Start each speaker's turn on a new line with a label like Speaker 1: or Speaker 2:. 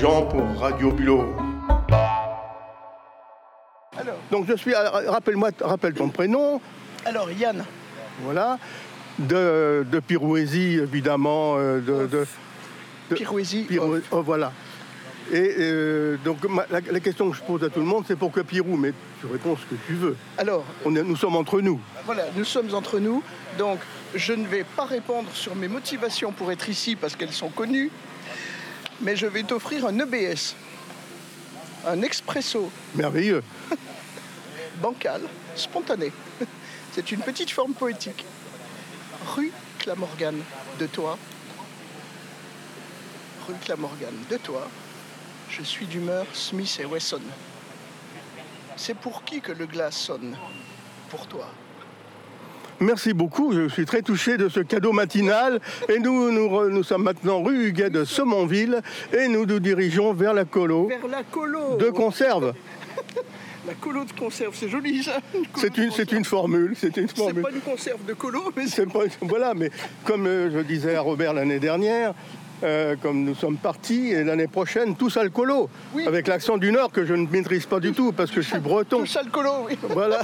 Speaker 1: Jean pour Radio Bulot. Donc je suis, à- rappelle-moi, rappelle ton prénom,
Speaker 2: Alors Yann,
Speaker 1: voilà, de, de Pirouésie évidemment, euh, de, de- de-
Speaker 2: Pirouésie,
Speaker 1: Pirou- oh, voilà. Et euh, donc ma- la, la question que je pose à tout le monde, c'est pourquoi Pirou Mais tu réponds ce que tu veux.
Speaker 2: Alors
Speaker 1: On est- nous sommes entre nous.
Speaker 2: voilà, nous sommes entre nous, donc je ne vais pas répondre sur mes motivations pour être ici parce qu'elles sont connues, mais je vais t'offrir un EBS, un expresso
Speaker 1: Merveilleux.
Speaker 2: bancal, spontané. C'est une petite forme poétique. Rue Clamorgane, de toi. Rue Clamorgane, de toi. Je suis d'humeur Smith et Wesson. C'est pour qui que le glas sonne Pour toi.
Speaker 1: Merci beaucoup, je suis très touché de ce cadeau matinal. Et nous, nous, re- nous sommes maintenant rue Huguet de Semonville et nous nous dirigeons vers la colo
Speaker 2: Vers la colo
Speaker 1: de conserve.
Speaker 2: La colo de conserve, c'est joli ça Une colo
Speaker 1: C'est
Speaker 2: de
Speaker 1: une, c'est une formule, c'est une
Speaker 2: conserve. C'est
Speaker 1: formule.
Speaker 2: pas une conserve de colo, mais c'est
Speaker 1: C'est pas- voilà, mais comme euh, je disais à Robert l'année dernière, euh, comme nous sommes partis, et l'année prochaine, tous à le colo,
Speaker 2: Oui.
Speaker 1: avec l'accent du Nord que je ne maîtrise pas du tout parce que je suis breton.
Speaker 2: tout ça le colo, oui.
Speaker 1: Voilà.